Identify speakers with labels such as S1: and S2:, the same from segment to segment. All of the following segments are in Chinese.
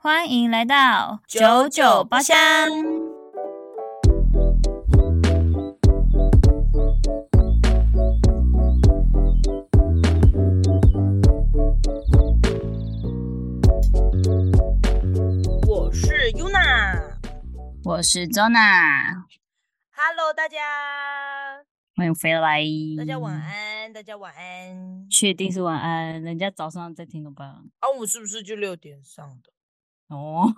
S1: 欢迎来到九九包厢。
S2: 我是 Yuna。
S1: 我是 Zona，
S2: Hello，大家，
S1: 欢迎回来。
S2: 大家晚。安，大家晚安。
S1: 确定是晚安，人家早上在听的吧？
S2: 啊，我们是不是就六点上的？
S1: 哦，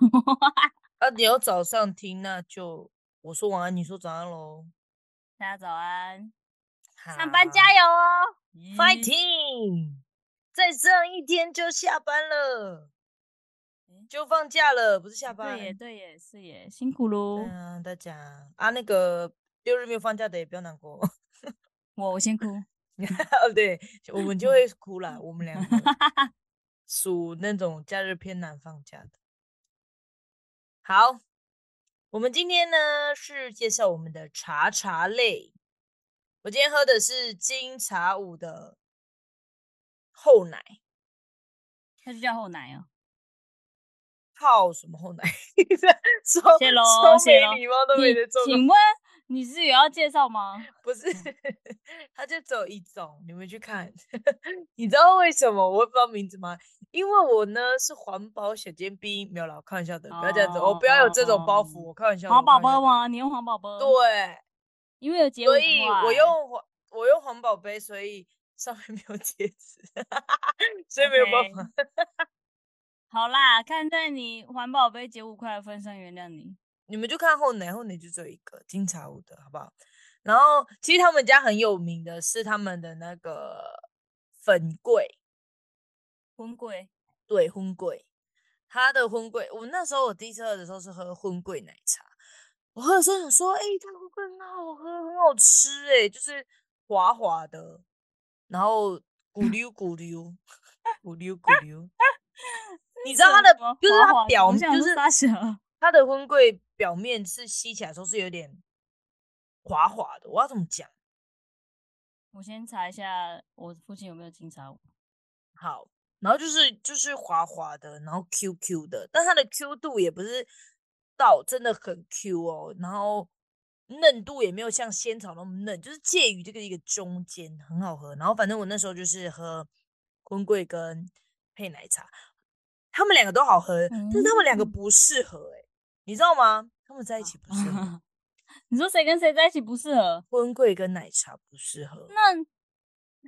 S2: 啊，你要早上听，那就我说晚安，你说早安喽。
S1: 大家早安，
S2: 好
S1: 上班加油哦
S2: 嗯，Fighting！再上一天就下班了，就放假了，不是下班。
S1: 对耶，对耶，是耶，辛苦喽！
S2: 嗯，大家啊，那个六日没有放假的也不要难过。
S1: 我我先哭。
S2: 哦，对，我们就 会哭啦，我们两个属那种假日偏难放假的。好，我们今天呢是介绍我们的茶茶类。我今天喝的是金茶五的厚奶，
S1: 那就叫后奶哦。
S2: 泡什么厚奶？ 超
S1: 谢喽
S2: 超
S1: 谢喽
S2: 没礼貌都没
S1: 你
S2: 得做过，
S1: 请问你是有要介绍吗？
S2: 不是，
S1: 嗯
S2: 它就只有一种，你们去看。 你知道为什么我会不知道名字吗？因为我呢是环保小尖兵，没有啦，我开玩笑的，不要这样子，我不要有这种包袱，
S1: 哦
S2: 我开玩笑的。
S1: 黄
S2: 我开
S1: 宝
S2: 玩
S1: 宝
S2: 笑的？
S1: 吗？你用黄宝宝？，
S2: 对，啊
S1: 因为有结
S2: 所
S1: 尾
S2: 以我用环我用环保杯，所以上面没有 戒指，所以没有办法。
S1: 好啦，看在你环保杯结五块的份上，原谅你。
S2: 你们就看后奶，后奶就只有一个金茶屋的，好不好？然后其实他们家很有名的是他们的那个粉桂，
S1: 滚鬼，
S2: 对，荤桂，它的荤桂，我那时候我第一次喝的时候是喝荤桂奶茶，我喝的时候想说，哎、它荤桂很好喝，很好吃、欸，哎，就是滑滑的，然后咕溜咕溜， 咕溜咕 溜，你知道它的就是它表面就是
S1: 大小，
S2: 它的荤桂表面是吸起来的时候是有点滑滑的，我要怎么讲？
S1: 我先查一下我附近有没有金茶屋。
S2: 好，然后就是就是滑滑的，然后 Q Q 的，但它的 Q 度也不是到真的很 Q 哦，然后嫩度也没有像仙草那么嫩，就是介于这个一个中间，很好喝。然后反正我那时候就是喝坤贵跟配奶茶，他们两个都好喝，但是他们两个
S1: 嗯
S2: 不适合哎、你知道吗？他们在一起不适合，
S1: 你说谁跟谁在一起不适合？
S2: 坤贵跟奶茶不适合。
S1: 那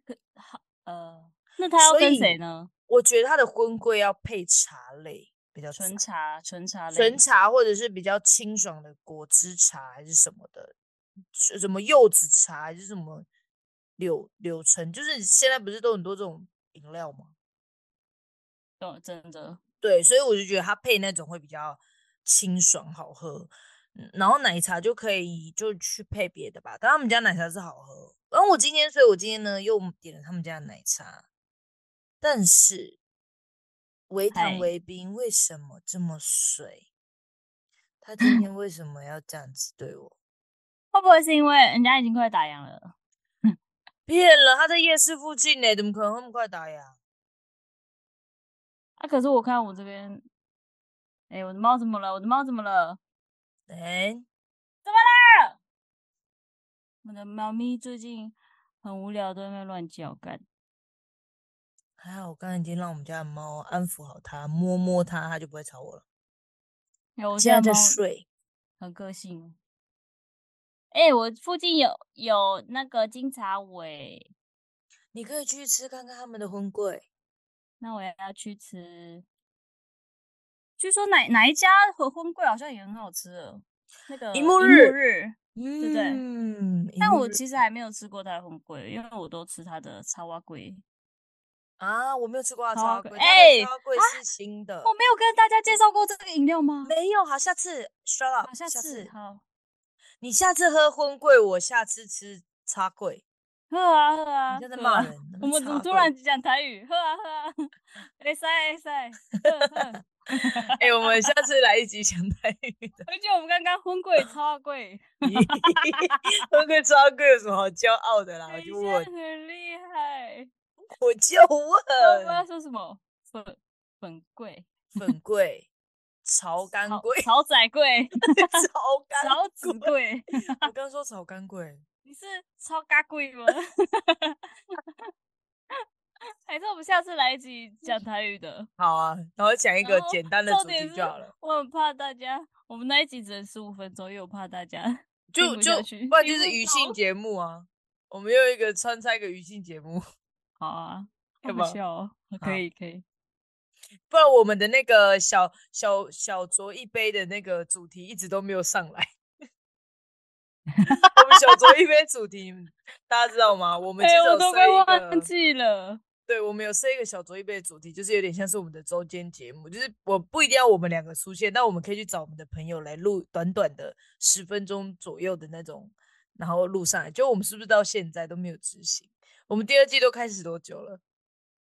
S1: 可好呃，那他要
S2: 所
S1: 跟
S2: 以
S1: 谁呢？
S2: 我觉得它的坤贵要配茶类比较赞
S1: 纯茶，纯茶类，
S2: 纯茶或者是比较清爽的果汁茶还是什么的，是什么柚子茶还是什么柳柳橙，就是现在不是都很多这种饮料吗？
S1: 哦，真的。
S2: 对，所以我就觉得它配那种会比较清爽好喝，嗯然后奶茶就可以就去配别的吧。但他们家奶茶是好喝，然后我今天，所以我今天呢又点了他们家的奶茶，但是微
S1: 嗨
S2: 糖微冰为什么这么水？他今天为什么要这样子对我？
S1: 会不会是因为人家已经快打烊了？
S2: 骗了，他在夜市附近呢，怎么可能那么快打烊？
S1: 啊，可是我看我这边，哎、我的猫怎么了？我的猫怎么了？
S2: 哎、
S1: 我的猫咪最近很无聊，都在那边乱叫，干。
S2: 还好我刚才已经让我们家的猫安抚好它，摸摸它，它就不会吵我了。
S1: 哎我
S2: 现
S1: 家
S2: 在
S1: 的
S2: 在
S1: 猫
S2: 睡。
S1: 很个性。哎、我附近有有那个金茶尾，
S2: 你可以去吃看看他们的荤桂，
S1: 那我也要去吃。据说哪哪一家和荤桂好像也很好吃了，那个
S2: 幕
S1: 幕
S2: 日
S1: 日
S2: 对
S1: 对
S2: 嗯，
S1: 但
S2: 银
S1: 我
S2: 日
S1: 其实还没有吃过它的荤桂，因为我都吃它的茶蛙龟。
S2: 啊，我没有吃过它的
S1: 超
S2: 超
S1: 贵
S2: 贵，
S1: 哎
S2: 哎，超贵
S1: 啊
S2: 是新的，
S1: 我没有跟大家介绍过这个饮料吗？
S2: 没有，好，下次 shut up，
S1: 好，下次
S2: 次
S1: 好
S2: 你下次喝荤桂，我下次吃茶桂，
S1: 喝啊喝啊，
S2: 你现在
S1: 喝
S2: 骂
S1: 啊
S2: 人，那
S1: 我
S2: 么
S1: 们怎么
S2: 茶
S1: 突
S2: 贵
S1: 然讲台语？喝啊喝 啊，哎塞哎塞，喝喝。
S2: 哎，我们下次来一集讲台语 的，
S1: 而且我们刚刚荤桂超贵，
S2: 咦荤桂超贵有什么好骄傲的啦？我
S1: 等一
S2: 就
S1: 下
S2: 问，
S1: 哎很厉害。
S2: 我就
S1: 我不知道
S2: 问，
S1: 说什么粉粉桂，
S2: 粉桂潮干
S1: 草
S2: 龟，
S1: 草仔贵，
S2: 潮干
S1: 草子
S2: 龟，
S1: 贵，
S2: 我刚说潮干龟，
S1: 你是超嘎贵吗？ 还是我们下次来一集讲台语的？
S2: 好啊，然后讲一个
S1: 然后
S2: 简单嗯的
S1: 重
S2: 主
S1: 点
S2: 题
S1: 是
S2: 就好了，
S1: 我很怕大家，我们那一集只能十五分钟，因为我怕大家
S2: 就
S1: 听不
S2: 就
S1: 下去
S2: 不然
S1: 听
S2: 就是
S1: 不
S2: 娱
S1: 到
S2: 性节目啊，我们又一个穿插一个娱性节目，
S1: 好啊，好
S2: 干
S1: 好
S2: 嘛
S1: 笑哦，
S2: 好
S1: 可以可以，
S2: 不然我们的那个小小小酌一杯的那个主题一直都没有上来。 我们小酌一杯主题，嗯大家知道吗？我们
S1: 哎、
S2: 其实
S1: 我
S2: 有
S1: 都
S2: 设
S1: 被
S2: 一
S1: 忘
S2: 个，
S1: 记了。
S2: 对，我们有设一个小酌一杯的主题，就是有点像是我们的周间节目，就是我不一定要我们两个出现，但我们可以去找我们的朋友来录短短的十分钟左右的那种，然后录上来。就我们是不是到现在都没有执行？我们第二季都开始多久了？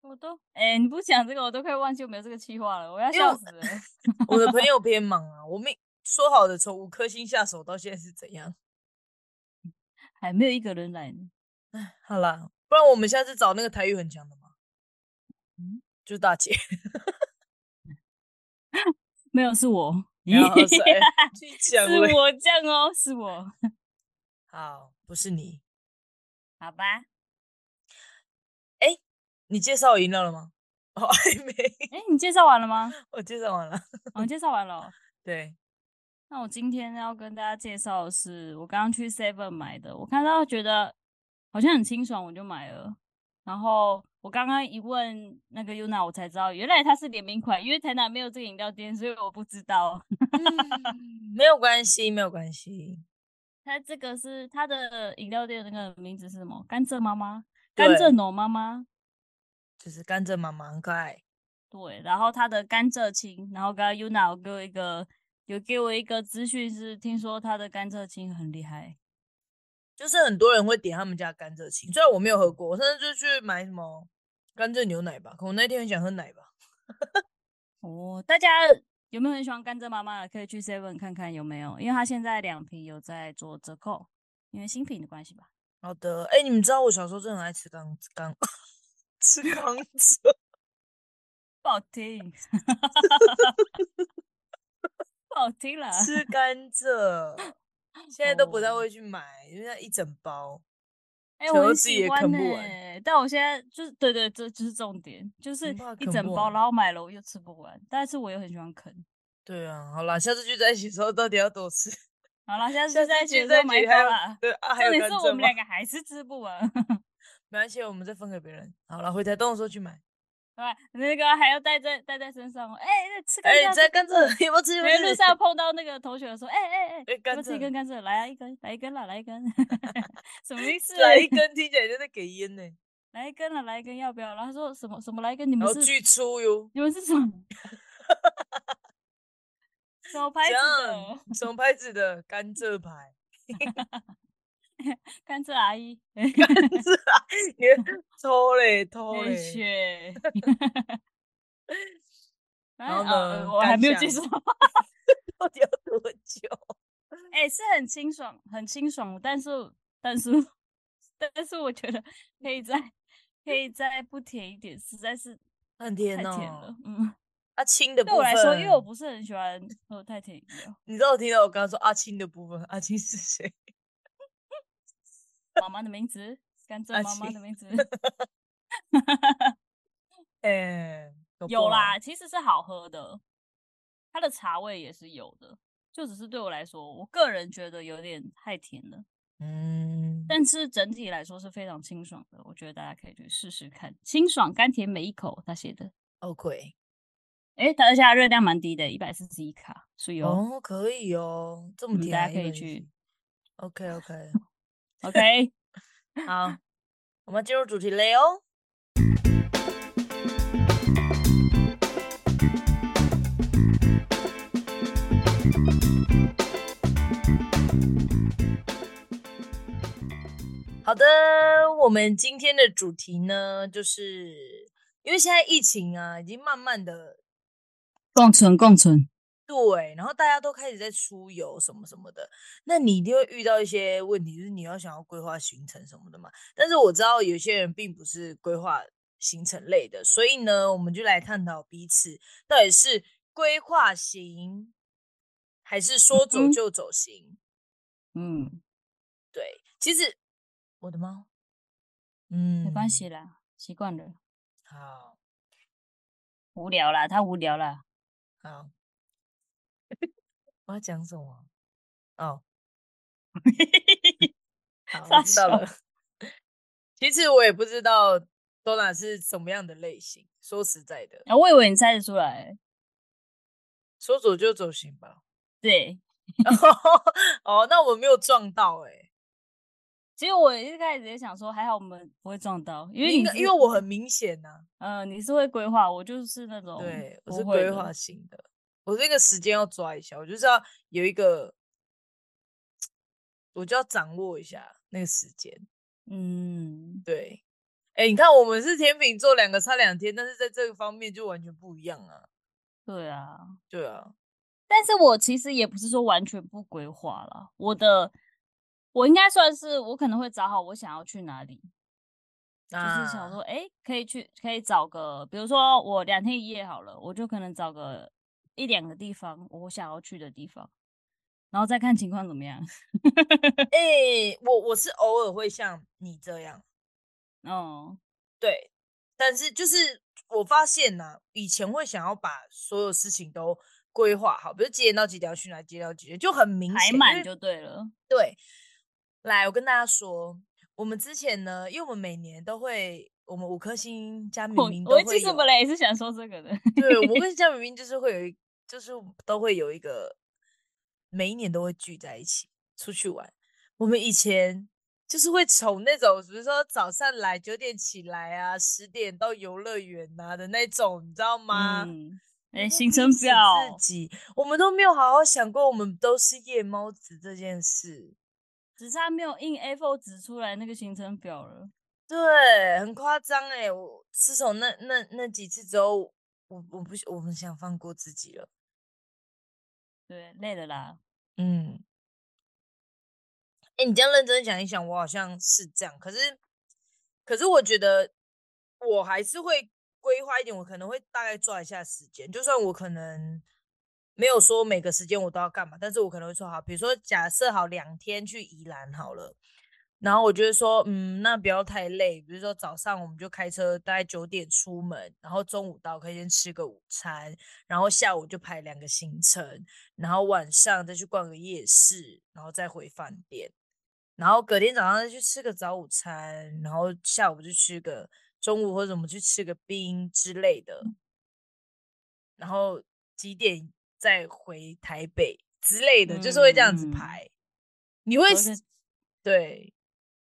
S1: 我都 哎、你不讲这个，我都快忘记我们有这个计划了，我要
S2: 因为
S1: 笑
S2: 我
S1: 死了。
S2: 我的朋友偏忙啊，我们说好的从五颗星下手到现在是怎样？
S1: 还没有一个人来呢。
S2: 好啦，不然我们下次找那个台语很强的嘛，
S1: 嗯
S2: 就是大姐，
S1: 没有，是我。
S2: 然后
S1: 咦，
S2: 谁去讲
S1: 是
S2: 嘞
S1: 我这样哦，是我。
S2: 好，不是你，
S1: 好吧，
S2: 你介绍我饮料了吗？哦， 还没，
S1: 哎、你介绍完了吗？
S2: 我介绍完了。
S1: 我、你介绍完了哦、
S2: 对，
S1: 那我今天要跟大家介绍的是我刚刚去 Seven 买的，我看到觉得好像很清爽，我就买了。然后我刚刚一问那个 Yuna，我才知道原来它是联名款，因为台南没有这个饮料店，所以我不知道。
S2: 嗯没有关系，没有关系。
S1: 它这个是它的饮料店的那个名字是什么？甘蔗妈妈，
S2: 对
S1: 甘蔗农妈妈。
S2: 就是甘蔗妈妈很可爱，
S1: 对，然后它的甘蔗青，然后刚刚 Yuna 有给我一个有给我一个资讯是，听说它的甘蔗青很厉害。
S2: 就是很多人会点他们家的甘蔗青，虽然我没有喝过，我上次就去买什么甘蔗牛奶吧，可我那天很想喝奶吧。
S1: 哦，大家有没有很喜欢甘蔗妈妈的？可以去 Seven 看看有没有，因为它现在两瓶有在做折扣，因为新品的关系吧。
S2: 好的，哎、你们知道我小时候真的很爱吃甘甘 吃甘蔗，
S1: 不好听， 不好听啦。
S2: 吃甘蔗，现在都不太
S1: 哦
S2: 会去买，因为它一整包。
S1: 哎、
S2: 小时
S1: 我
S2: 候
S1: 很
S2: 自己
S1: 喜
S2: 也
S1: 欢
S2: 啃
S1: 呢、
S2: 不完
S1: 但我现在就是对对，这就是重点，就是
S2: 你怕
S1: 一
S2: 啃
S1: 整
S2: 不
S1: 包，
S2: 完
S1: 然后买了我又吃不完，但是我又很喜欢啃。
S2: 对啊，好啦，下次聚在一起的时候到底要多吃？
S1: 好啦，现在
S2: 下
S1: 就在
S2: 次
S1: 一起
S2: 聚
S1: 的时候
S2: 在一
S1: 买
S2: 起
S1: 一包
S2: 还有
S1: 啦。
S2: 对啊，还
S1: 重
S2: 有
S1: 点
S2: 甘
S1: 是我
S2: 蔗
S1: 们
S2: 吗
S1: 两？个还是吃不完。
S2: 没关系，我们再分给别人。好了，回台东的时候去买。
S1: 对，那个还要带在带在身上哦。哎、那吃
S2: 哎、
S1: 甘蔗
S2: 你在甘 蔗有没有吃？有
S1: 因
S2: 没
S1: 为
S2: 有
S1: 路
S2: 吃？
S1: 上碰到那个同学说，哎哎哎，
S2: 哎
S1: 要
S2: 甘
S1: 不要吃一
S2: 蔗
S1: 根甘蔗，来啊一根，来一根啦，来一 根，什么意思？啊
S2: 来啊一，根，听起来就在给烟呢、
S1: 来一根啦，来一根，要不要？然后他说什么什么来一根？你
S2: 然
S1: 们
S2: 后
S1: 是
S2: 巨粗 哟。
S1: 你们是什么？什 么牌
S2: 怎
S1: 子
S2: 样
S1: 的？哦
S2: 什么牌子的甘 蔗牌？
S1: 甘蔗阿姨，
S2: 是啊，你偷嘞偷
S1: 黑
S2: 嘞。
S1: 雪。 然
S2: 然后呢
S1: 哎呃我还
S2: 干
S1: 没有介
S2: 想
S1: 绍。
S2: 到底要多久？
S1: 哎、是很清爽，很清爽，但是但是 但是我觉得可以再可以再不甜一点，实在是
S2: 很甜
S1: 太
S2: 哦。
S1: 甜了。嗯，
S2: 阿青的部
S1: 对我
S2: 分，
S1: 来说，因为我不是很喜欢喝太甜饮料。
S2: 你知道我听到我刚刚说阿青的部分，阿青 是谁？
S1: 妈妈的名字，甘
S2: 阿
S1: 蔗妈妈
S2: 奇
S1: 的 名字
S2: 哎、搞不
S1: 有
S2: 好
S1: 啦，其实是好喝的，它的茶味也是有的，就只是对我来说，我个人觉得有点太甜了。
S2: 嗯，
S1: 但是整体来说是非常清爽的，我觉得大家可以去试试看，清爽甘甜每一口，他写的。
S2: OK，
S1: 诶，它而且它热量蛮低的，一百四十一卡，所以哦、
S2: 哦，可以哦，这么
S1: 嗯
S2: 甜
S1: 大
S2: 啊、
S1: 家可以
S2: 140
S1: 去。
S2: OK OK，哦
S1: o k
S2: 好，我们进入主题嘞哦。好的，我们今天的主题呢，就是因为现在疫情啊，已经慢慢的
S1: 共存共存。
S2: 对，然后大家都开始在出游什么什么的，那你一定会遇到一些问题，就是你要想要规划行程什么的嘛。但是我知道有些人并不是规划行程类的，所以呢，我们就来探讨彼此到底是规划型还是说走
S1: 嗯
S2: 就走型？
S1: 嗯，
S2: 对，其实我的猫，嗯，
S1: 没关。系啦，习惯了，
S2: 好，
S1: 无聊啦，他无聊啦，
S2: 好，我要讲什么？ 哦，好，我
S1: 傻
S2: 知
S1: 笑
S2: 道了。 其实我也不知道 Donna 是什么样的类型。说实在的，
S1: 啊我以为你猜得出来，
S2: 说走就走型吧。
S1: 对，
S2: 哦，那我没有撞到哎、
S1: 其实我一开始也想说，还好我们不会撞到，因为
S2: 应
S1: 你
S2: 该
S1: 是嗯
S2: 因为我很明显呐、
S1: 呃，你是会规划，我就是那种
S2: 对，我
S1: 哦不
S2: 是
S1: 会
S2: 规
S1: 的
S2: 划型的，我这个时间要抓一下，我就是要有一个，我就要掌握一下那个时间。
S1: 嗯，
S2: 对，哎、你看我们是天秤座，两个差两天，但是在这个方面就完全不一样啊。
S1: 对啊，
S2: 对啊，
S1: 但是我其实也不是说完全不规划啦，我的我应该算是我可能会找好我想要去哪里，就是想
S2: 那
S1: 说，哎、可以去，可以找个，比如说我两天一夜好了，我就可能找个一两个地方我想要去的地方，然后再看情况怎么样。
S2: 哎、我我是偶尔会像你这样，
S1: 嗯，
S2: 对，但是就是我发现呢、以前会想要把所有事情都规划好，比如几点到几点要去哪，几点到几点就很明显，
S1: 排
S2: 因
S1: 满
S2: 为
S1: 就对了。
S2: 对，来，我跟大家说，我们之前呢，因为我们每年都会，我们五颗星加明
S1: 我
S2: 明都
S1: 我
S2: 会
S1: 其实
S2: 有
S1: 本来也是想说这个的，
S2: 对，我 们跟加明明就是会有一，就是都会有一个，每一年都会聚在一起出去玩。我们以前就是会从那种，比如说早上来九点起来啊，十点到游乐园啊的那种，你知道吗？
S1: 嗯，
S2: 我
S1: 哎、
S2: 都
S1: 行
S2: 逼
S1: 程
S2: 死
S1: 表，
S2: 自己，我们都没有好好想过，我们都是夜猫子这件事。
S1: 只差没有印 A4 纸出来那个行程表了。
S2: 对，很夸张哎！我自从那那那几次之后，我我不我们想放过自己了。
S1: 对，累了啦。
S2: 嗯，哎、你这样认真想一想，我好像是这样。可是，可是我觉得我还是会规划一点，我可能会大概抓一下时间。就算我可能没有说每个时间我都要干嘛，但是我可能会说好，比如说假设好两天去宜兰好了，然后我就会说，嗯，那不要太累，比如说早上我们就开车大概九点出门，然后中午到可以先吃个午餐，然后下午就排两个行程，然后晚上再去逛个夜市，然后再回饭店，然后隔天早上再去吃个早午餐，然后下午就吃个中午或者我们去吃个冰之类的，然后几点再回台北之类的，就是会这样子
S1: 嗯嗯
S2: 排。你会
S1: 我
S2: 是
S1: 是
S2: 对，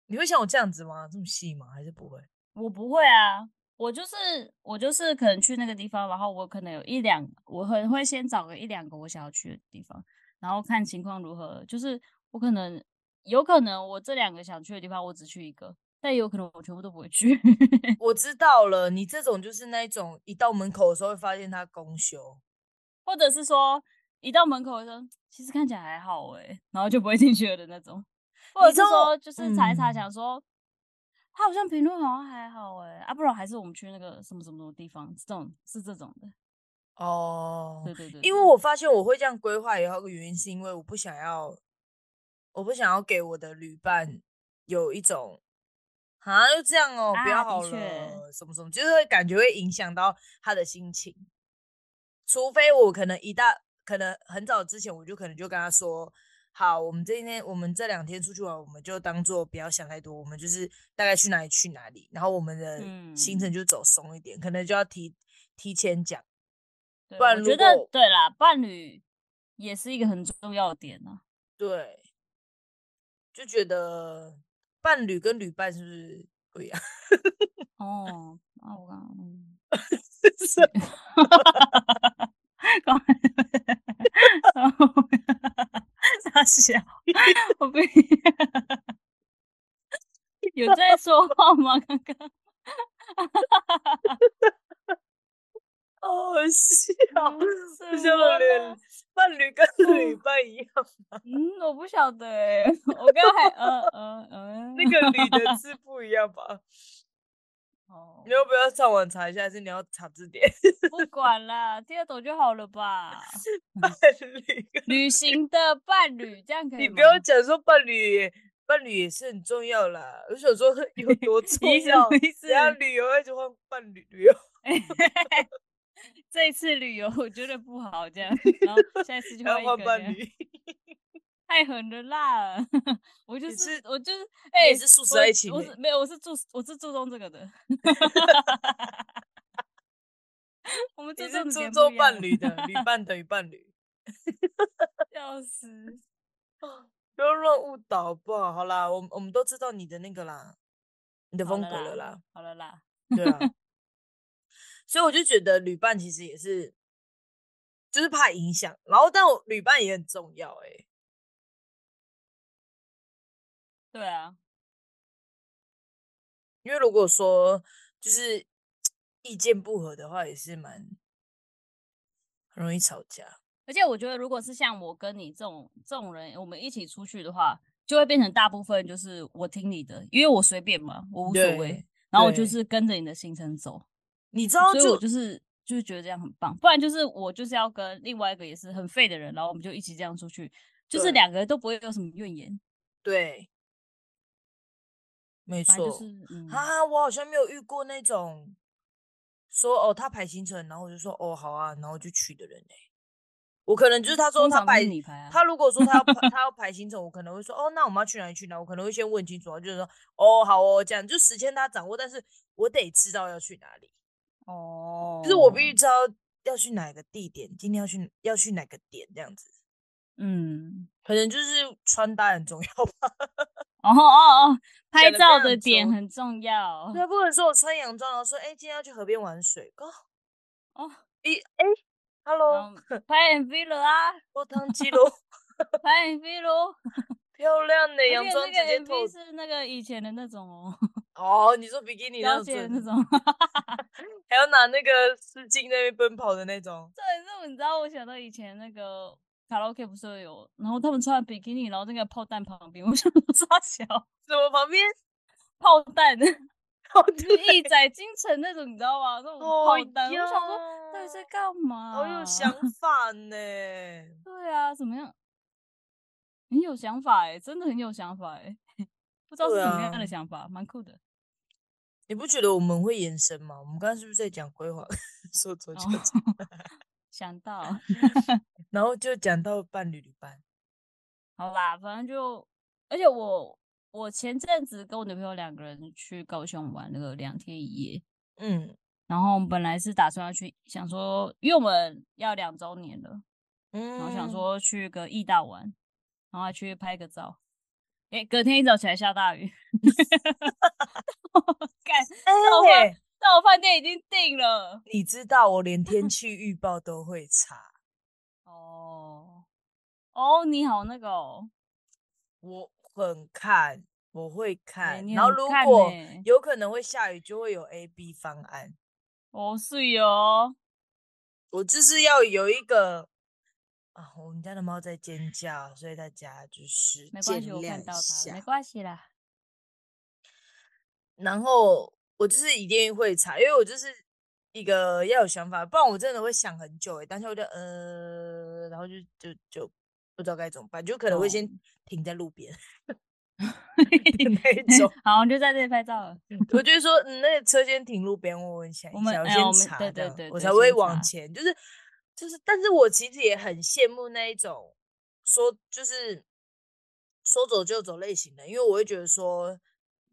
S2: 你会像我这样子吗？这么细吗？还是不会？
S1: 我不会啊，我就是我就是可能去那个地方，然后我可能有一两，我很会先找个一两个我想要去的地方，然后看情况如何。就是我可能有可能我这两个想去的地方我只去一个，但也有可能我全部都不会去。
S2: 我知道了，你这种就是那一种一到门口的时候会发现它公休，
S1: 或者是说一到门口说，其实看起来还好哎、然后就不会进去了的那种，或者
S2: 你知
S1: 是
S2: 道
S1: 说就是查一查
S2: 嗯
S1: 想说。他好像评论好像还好哎、啊，不然还是我们去那个什么什么什么地方，这种是这种的，
S2: 哦
S1: 对对对
S2: 因为
S1: 对
S2: 我发现我会这样规划，也有一个原因是因为我不想要，我不想要给我的旅伴有一种啊，就这样哦，不
S1: 啊
S2: 要
S1: 的
S2: 好
S1: 确
S2: 了，什么什么，就是会感觉会影响到他的心情。除非我可能一大，可能很早之前我就可能就跟他说，好，我们这一天，我们这两天出去玩，我们就当做不要想太多，我们就是大概去哪里去哪里，然后我们的行
S1: 嗯
S2: 程就走松一点，可能就要提提前讲。
S1: 对，
S2: 不然
S1: 我
S2: 如
S1: 觉得
S2: 果
S1: 对啦，伴侣也是一个很重要的点啊呢、
S2: 对，就觉得伴侣跟旅伴是不是不一样？
S1: 哦，啊，我刚刚 嗯
S2: 是
S1: 刚 然后傻笑，我被有在说话吗？刚刚
S2: 好好笑，
S1: 嗯
S2: 不
S1: 什
S2: 像
S1: 么
S2: 连
S1: 呢
S2: 伴侣跟旅
S1: 哦
S2: 伴一样，
S1: 嗯，我不晓得欸、 我刚才还呃呃呃，
S2: 那个旅的字不一样吧？
S1: 哦，
S2: 你要不要上网查一下，还是你要查字典？
S1: 不管啦，听得懂就好了 吧？
S2: 伴侣，
S1: 旅行的伴侣这样可以
S2: 你
S1: 吗
S2: 不要讲说伴侣也，伴侣也是很重要啦。我想 说有多重
S1: 你什
S2: 要
S1: 么，意哦思
S2: 只要旅游一直换伴侣旅游，
S1: 这一次旅游我觉得不好， 这样，然后下一次就
S2: 然
S1: 换一
S2: 后
S1: 个
S2: 换伴
S1: 这样
S2: 侣。
S1: 太狠了啦！ 我就
S2: 你
S1: 是
S2: 是
S1: 我就是
S2: 你
S1: 哎、
S2: 也是素食爱情
S1: 我
S2: 欸
S1: 是没有，我是注我是注重这个的。 我们
S2: 你
S1: 注
S2: 是
S1: 重的
S2: 注
S1: 点不
S2: 重
S1: 一
S2: 伴
S1: 样
S2: 侣的，旅伴等于伴侣，
S1: 笑死！
S2: 不要乱误导好不好？好啦，我们我们都知道你的那个啦，你的
S1: 好
S2: 风
S1: 了
S2: 格了
S1: 啦
S2: 啦，
S1: 好了啦，
S2: 对啊。所以我就觉得旅伴其实也是，就是怕影响，然后但我旅伴也很重要、欸，
S1: 对啊，
S2: 因为如果说就是意见不合的话，也是蛮很容易吵架。
S1: 而且我觉得，如果是像我跟你这种这种人，我们一起出去的话，就会变成大部分就是我听你的，因为我随便嘛，我无所谓
S2: 对，
S1: 然后我就
S2: 对
S1: 是跟着你的行程走，
S2: 你知道
S1: 嗯所以我
S2: 就，
S1: 就是就是觉得这样很棒，不然就是我就是要跟另外一个也是很废的人，然后我们就一起这样出去，就是
S2: 对
S1: 两个人都不会有什么怨言，
S2: 对，没
S1: 反
S2: 错、
S1: 正就是嗯，
S2: 啊，我好像没有遇过那种说哦他排行程，然后我就说哦好啊，然后就去的人哎、我可能就是他说
S1: 通
S2: 他
S1: 常都
S2: 排
S1: 是你排啊，
S2: 他如果说他要排他要排行程，我可能会说哦，那我们要去哪里去哪里？我可能会先问清楚，然后就是说哦，好哦，这样就时间他掌握，但是我得知道要去哪里，
S1: 哦，
S2: 就是我必须知道要去哪个地点，今天要去要去哪个点这样子。
S1: 嗯，
S2: 可能就是穿搭很重要吧，
S1: 哦哦哦，拍
S2: 讲得非
S1: 照
S2: 常
S1: 的点
S2: 周
S1: 很重要，
S2: 对啊，不能说我穿洋装，然后说哎、今天要去河边玩水，哦，
S1: 哦，
S2: 一哎、哈
S1: 然
S2: hello，
S1: 后拍 MV 了啊，
S2: 落汤鸡喽，
S1: 拍 MV 咯。
S2: 漂亮的
S1: 而
S2: 洋
S1: 且
S2: 装直接
S1: 那个
S2: 透
S1: MV 是那个以前的那种哦，
S2: 哦，你说比基尼
S1: 了
S2: 那种
S1: 解的
S2: 真
S1: 那
S2: 的，
S1: 种。
S2: 还要拿那个丝巾在那边奔跑的那种，
S1: 重点是，你知道我想到以前那个卡拉 OK 不是会有，然后他们穿比基尼，然后那个炮弹旁边， 我想说傻小
S2: 怎么旁边
S1: 炮弹，就
S2: 好哦
S1: 是一载京城那种，你知道吗？那种炮弹，我想说到底在干嘛？
S2: 好有想 法呢。
S1: 对啊，怎么样？很有想法哎、真的很有想法哎、不知道是
S2: 对
S1: 什么样
S2: 啊
S1: 的想法，蛮酷的。
S2: 你不觉得我们会延伸吗？我们刚刚是不是在讲规划， 说左
S1: 哦
S2: 脚脚，
S1: 想到，
S2: 然后就讲到伴侣旅伴，
S1: 好啦，反正就，而且我我前阵子跟我女朋友两个人去高雄玩了两天一夜，
S2: 嗯
S1: 然后我们本来是打算要去，想说，因为我们要两周年了，
S2: 嗯，
S1: 然后想说去个义大玩，然后还去拍个照。诶、隔天一早起来下大雨， 干
S2: 哎、
S1: 到饭到饭店已经定了。
S2: 你知道我连天气预报都会查，
S1: 哦哦，你好那个哦，
S2: 我很看，我会
S1: 哎
S2: 看，
S1: 你
S2: 然后
S1: 很
S2: 如
S1: 看
S2: 果
S1: 欸
S2: 有可能会下雨，就会有 A、B 方案。
S1: 哦是哦，
S2: 我就是要有一个啊，我们家的猫在尖叫，所以大家就是
S1: 没
S2: 见
S1: 关系，我
S2: 谅
S1: 看
S2: 一
S1: 到他
S2: 下
S1: 了，没关系 啦。
S2: 然后我就是一定会查，因为我就是一个要有想法，不然我真的会想很久诶、欸。当下我就呃，然后就就就不知道该怎么办，就可能会先
S1: 懂。
S2: 停在路边 的那一种
S1: 好，我们就在这里拍照了。
S2: 我就说，嗯，那个车先停路边，我我想
S1: 我
S2: 一
S1: 们
S2: 下，
S1: 哎我
S2: 先
S1: 们
S2: 查
S1: 对
S2: 这
S1: 对
S2: 样
S1: 对
S2: 我
S1: 对
S2: 才会
S1: 先
S2: 往
S1: 查
S2: 前。就是就是，但是我其实也很羡慕那一种说就是说走就走类型的，因为我会觉得说，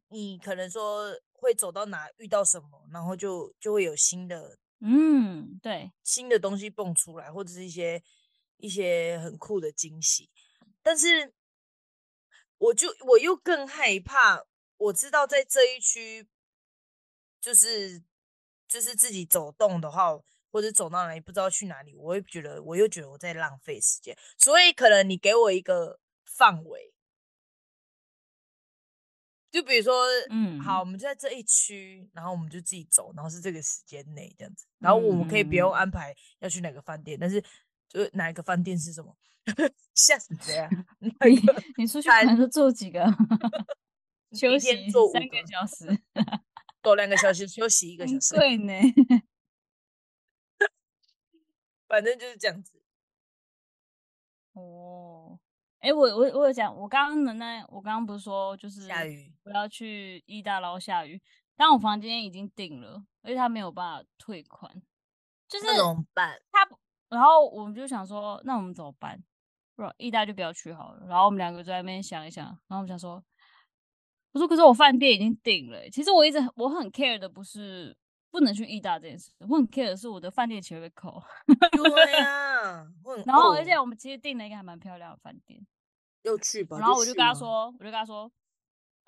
S2: 你可能说会走到哪遇到什么，然后就就会有新的
S1: 嗯，对，
S2: 新的东西蹦出来，或者是一些一些很酷的惊喜。但是我就我又更害怕，我知道在这一区，就是就是自己走动的话，或者走到哪里不知道去哪里，我会觉得我又觉得我在浪费时间。所以可能你给我一个范围，就比如说，
S1: 嗯，
S2: 好，我们就在这一区，然后我们就自己走，然后是这个时间内这样子，然后我们可以不用
S1: 嗯
S2: 安排要去哪个饭店，但是就是哪一个饭店是什么， 吓死谁 啊？哪一
S1: 你
S2: 个
S1: 你出去
S2: 餐
S1: 可能就做几个，
S2: 一
S1: 休
S2: 天
S1: 息
S2: 做五
S1: 三
S2: 个
S1: 个小时，
S2: 够两个小时，休息一个小时，
S1: 嗯对呢，
S2: 反正就是这样子。
S1: 哦，哎，我我我有讲，我刚刚的那，我刚刚不是说就是
S2: 下雨，
S1: 我要去意大捞下雨，但我房间已经订了，而且他没有办法退款，就是
S2: 那怎么办？
S1: 他不，然后我们就想说，那我们怎么办？不然意大就不要去好了。然后我们两个就在那边想一想，然后我们想说，我说可是我饭店已经订了欸、其实我一直我很 care 的不是不能去意大这件事，我很 care 的是我的饭店钱会被扣。
S2: 对呀，我很
S1: 然后而
S2: 饿
S1: 且我们其实订了一个还蛮漂亮的饭店，
S2: 要去吧，
S1: 然后我就
S2: 去
S1: 跟他
S2: 嘛，
S1: 说，我就跟他说，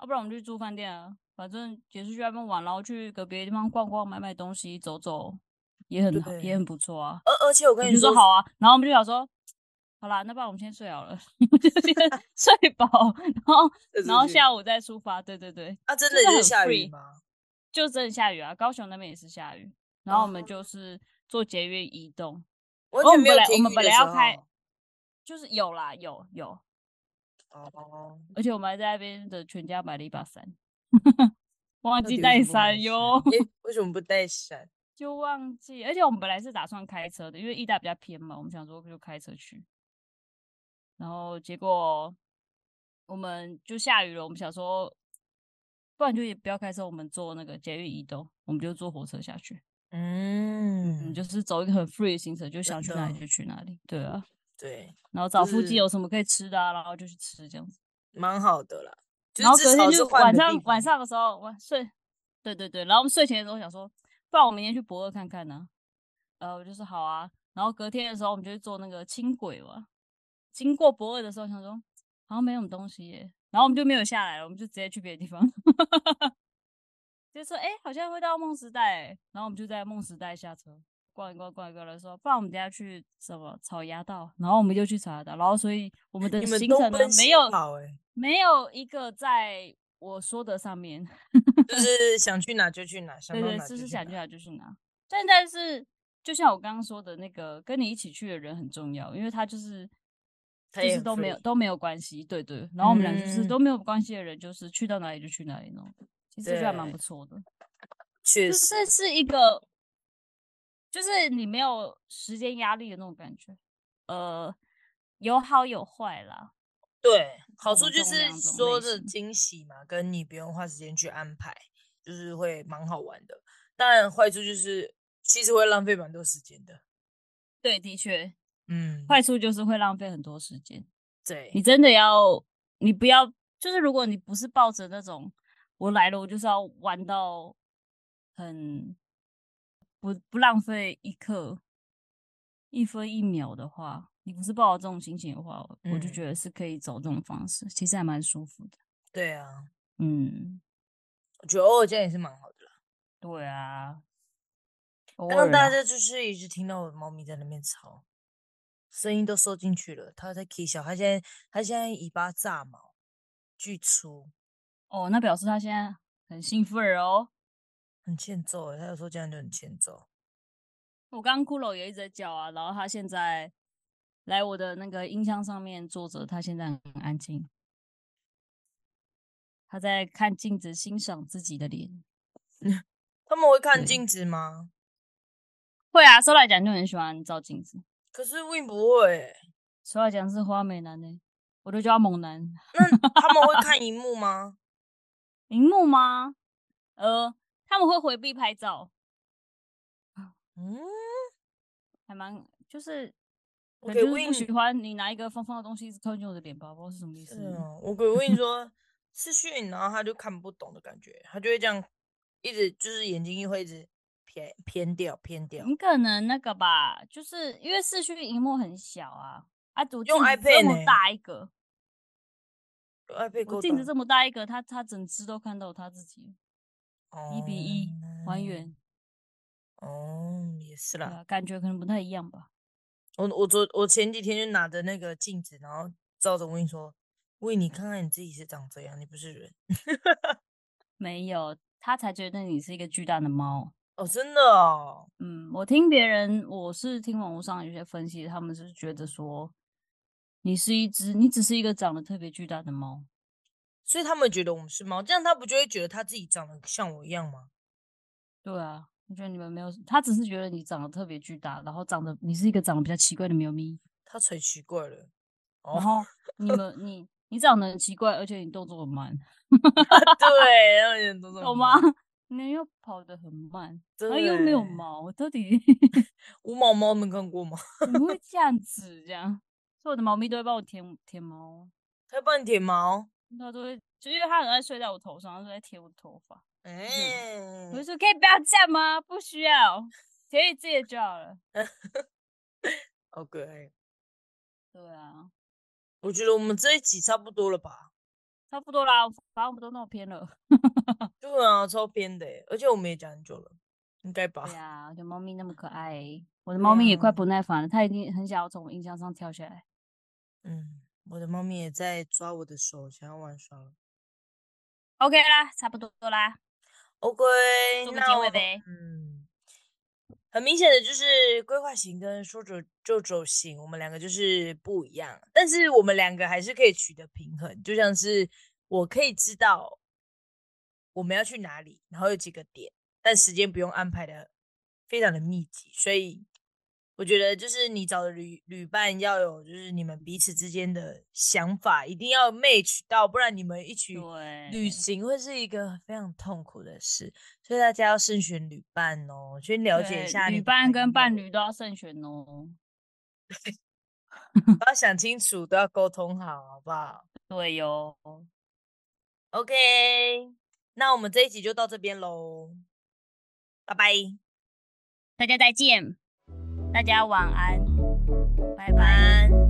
S1: 要、不然我们去住饭店啊，反正也是去外面玩，然后去个别的地方逛逛、买买东西、走走，也很好
S2: 对
S1: 也很不错啊。
S2: 而而且我
S1: 我
S2: 跟
S1: 就
S2: 你
S1: 说好啊，然后我们就想说，好啦，那不然我们先睡好了，我就 先睡饱，然后然后
S2: 午
S1: 下午再出发。对对对，
S2: 啊，真
S1: 就
S2: 的
S1: 是
S2: 就是
S1: 很
S2: 下雨
S1: free
S2: 吗？
S1: 就真的下雨啊，高雄那边也是下雨，然后我们
S2: 哦
S1: 就是坐捷运移动。
S2: 完
S1: 哦我们
S2: 全没有
S1: 本来我
S2: 停
S1: 们
S2: 雨
S1: 本
S2: 的
S1: 来
S2: 时
S1: 要开
S2: 候，
S1: 就是有啦，有有，
S2: 哦，
S1: 而且我们还在那边的全家买了一把伞， 忘
S2: 到
S1: 记
S2: 底为
S1: 带
S2: 什么不带
S1: 伞哟，
S2: 诶、为什么不带伞？
S1: 就忘记。而且我们本来是打算开车的，因为义大比较偏嘛，我们想说就开车去。然后结果我们就下雨了，我们想说，不然就也不要开车，我们坐那个捷运移动，我们就坐火车下去。嗯，
S2: 嗯，
S1: 就是走一个很 free 的行程，就想去哪里
S2: 的
S1: 就去哪里。对啊，
S2: 对，
S1: 然后找附
S2: 是
S1: 近有什么可以吃的、啊，然后就去吃这样子。
S2: 蛮好的啦。就
S1: 然后
S2: 至
S1: 隔
S2: 少
S1: 天
S2: 是
S1: 就
S2: 换
S1: 晚
S2: 个
S1: 上
S2: 地
S1: 晚
S2: 方
S1: 上的时候晚睡，对对对，然后我们睡前的时候想说，不然我明天去博二看看呢、呃，我就说好啊。然后隔天的时候我们就去坐那个轻轨嘛，经过博二的时候想说好像没什么东西耶，然后我们就没有下来了，我们就直接去别的地方。 就说哎、诶好像会到梦时代耶，然后我们就在梦时代下车逛一逛，逛一逛了，说不然我们等一下去什么草芽道，然后我们就去草芽道，然后所以我们的
S2: 你们
S1: 行
S2: 东
S1: 程呢
S2: 奔
S1: 没
S2: 西
S1: 有
S2: 跑 欸
S1: 没有一个在我说的上面，
S2: 就是想去哪就去哪，想
S1: 对
S2: 到
S1: 对，
S2: 哪
S1: 就是
S2: 去
S1: 想去
S2: 哪。
S1: 哪就去哪。但但是就像我刚刚说的那个，跟你一起去的人很重要，因为他就是
S2: 他
S1: 就
S2: 也
S1: 是
S2: 很
S1: 都没有
S2: free
S1: 都没有关系，对对。然后我们俩就是
S2: 嗯
S1: 都没有关系的人，就是去到哪里就去哪里弄，其实就还蛮
S2: 对
S1: 不错的。
S2: 确
S1: 就
S2: 实，
S1: 是是一个，就是你没有时间压力的那种感觉，呃，有好有坏啦。
S2: 对，好
S1: 这
S2: 处
S1: 种
S2: 就
S1: 重
S2: 是
S1: 量这种
S2: 说
S1: 类
S2: 的
S1: 型
S2: 惊喜嘛，跟你不用花时间去安排，就是会蛮好玩的。但坏处就是其实会浪费蛮多时间的。
S1: 对，的确，
S2: 嗯，
S1: 坏处就是会浪费很多时间。
S2: 对，
S1: 你真的要，你不要，就是如果你不是抱着那种我来了，我就是要玩到很不不浪费一刻、一分一秒的话，你不是抱着这种心情的话，我我就
S2: 嗯
S1: 觉得是可以走这种方式，其实还蛮舒服的。
S2: 对啊，
S1: 嗯，
S2: 我觉得偶尔这样也是蛮好的啦。
S1: 对啊，偶
S2: 刚刚
S1: 尔
S2: 大
S1: 啊
S2: 家就是一直听到我猫咪在那边吵，声音都收进去了，它在 k 笑，它现在它现在尾巴炸毛，巨粗，
S1: 哦，那表示他现在很兴奋哦。
S2: 很欠揍欸。它有时候这样就很欠揍。
S1: 我刚刚骷髅也一直在叫啊，然后他现在来我的那个音箱上面坐着，他现在很安静，他在看镜子欣赏自己的脸。
S2: 他们会看
S1: 对
S2: 镜子吗？
S1: 会啊，说来讲就很喜欢照镜子，
S2: 可是 Win 不会欸、
S1: 说来讲是花美男呢、我都叫他猛男。
S2: 那他们会看荧幕吗？
S1: 荧幕吗？呃，他们会回避拍照，
S2: 嗯，
S1: 还蛮就是。
S2: 我
S1: 可
S2: 给
S1: 能就是不
S2: Win-
S1: 喜欢你拿一个方方的东西一直靠近我的脸吧，不知道是什么意
S2: 是
S1: 思。
S2: 哦，我给 Win 说视讯，然后他就看不懂的感觉，他就会这样一直就是眼睛会一直偏偏掉偏掉。
S1: 你可能那个吧，就是因为视讯荧幕很小啊，啊，我镜
S2: 用
S1: 子
S2: iPad
S1: 这么
S2: 呢
S1: 大一个，
S2: 哎，被
S1: 我
S2: 勾
S1: 镜子
S2: 到
S1: 这么大一个，他他整只都看到他自己一比一还
S2: 哦
S1: 原，
S2: 哦，也是
S1: 对
S2: 啦。
S1: 啊，感觉可能不太一样吧。
S2: 我我昨我前几天就拿着那个镜子，然后照着 Win 说：“喂，你看看你自己是长这样，你不是人
S1: 没有，他才觉得你是一个巨大的猫。
S2: 哦，真的哦，
S1: 嗯，我听别人，我是听网络上有些分析，他们是觉得说，你是一只，你只是一个长得特别巨大的猫。
S2: 所以他们觉得我们是猫，这样他不就会觉得他自己长得像我一样吗？
S1: 对啊，我觉得你们没有，他只是觉得你长得特别巨大，然后长得你是一个长得比较奇怪的喵咪，
S2: 他才奇怪了。
S1: 然
S2: 哦，
S1: 后你们你你长得很奇怪，而且你动作很慢，
S2: 对，让人都这么
S1: 懂吗？你又跑得很慢，然后又没有
S2: 对
S1: 毛，到底
S2: 无毛猫没看过吗？
S1: 怎么会这样子？这样，所以我的猫咪都会帮我舔舔毛，
S2: 它帮你舔毛。
S1: 它都会，就因为它很爱睡在我头上，它就在舔我的头发。
S2: 哎、
S1: 嗯我就说可以不要这样吗？不需要，舔你自己的就好了。
S2: o k
S1: 对啊，
S2: 我觉得我们这一集差不多了吧？
S1: 差不多啦，反正我们都弄偏了。
S2: 对啊，超偏的欸，而且我们也讲很久了，应该吧？
S1: 对啊呀、我觉得猫咪那么可爱，我的猫咪也快
S2: 嗯
S1: 不耐烦了，它一定很想要从我音箱上跳下来。
S2: 嗯，我的猫咪也在抓我的手，想要玩耍了。
S1: OK 啦，差不多啦，
S2: OK，
S1: 做个结
S2: 那我
S1: 尾
S2: 们
S1: 呗。
S2: 嗯，很明显的就是规划型跟说走就走型，我们两个就是不一样，但是我们两个还是可以取得平衡。就像是我可以知道我们要去哪里，然后有几个点，但时间不用安排的非常的密集，所以我觉得就是你找的旅旅伴要有，就是你们彼此之间的想法一定要 match 到，不然你们一起
S1: 对，
S2: 旅行会是一个非常痛苦的事，所以大家要慎选旅伴哦，先了解一
S1: 对
S2: 下你
S1: 旅
S2: 的
S1: 伴
S2: 朋
S1: 跟伴
S2: 友，
S1: 侣都要慎选哦。
S2: 都要想清楚，都要沟通好，好不好
S1: 对哟，
S2: ？OK，那我们这一集就到这边喽，拜拜，
S1: 大家再见，大家晚安，拜
S2: 晚
S1: 拜。
S2: 安。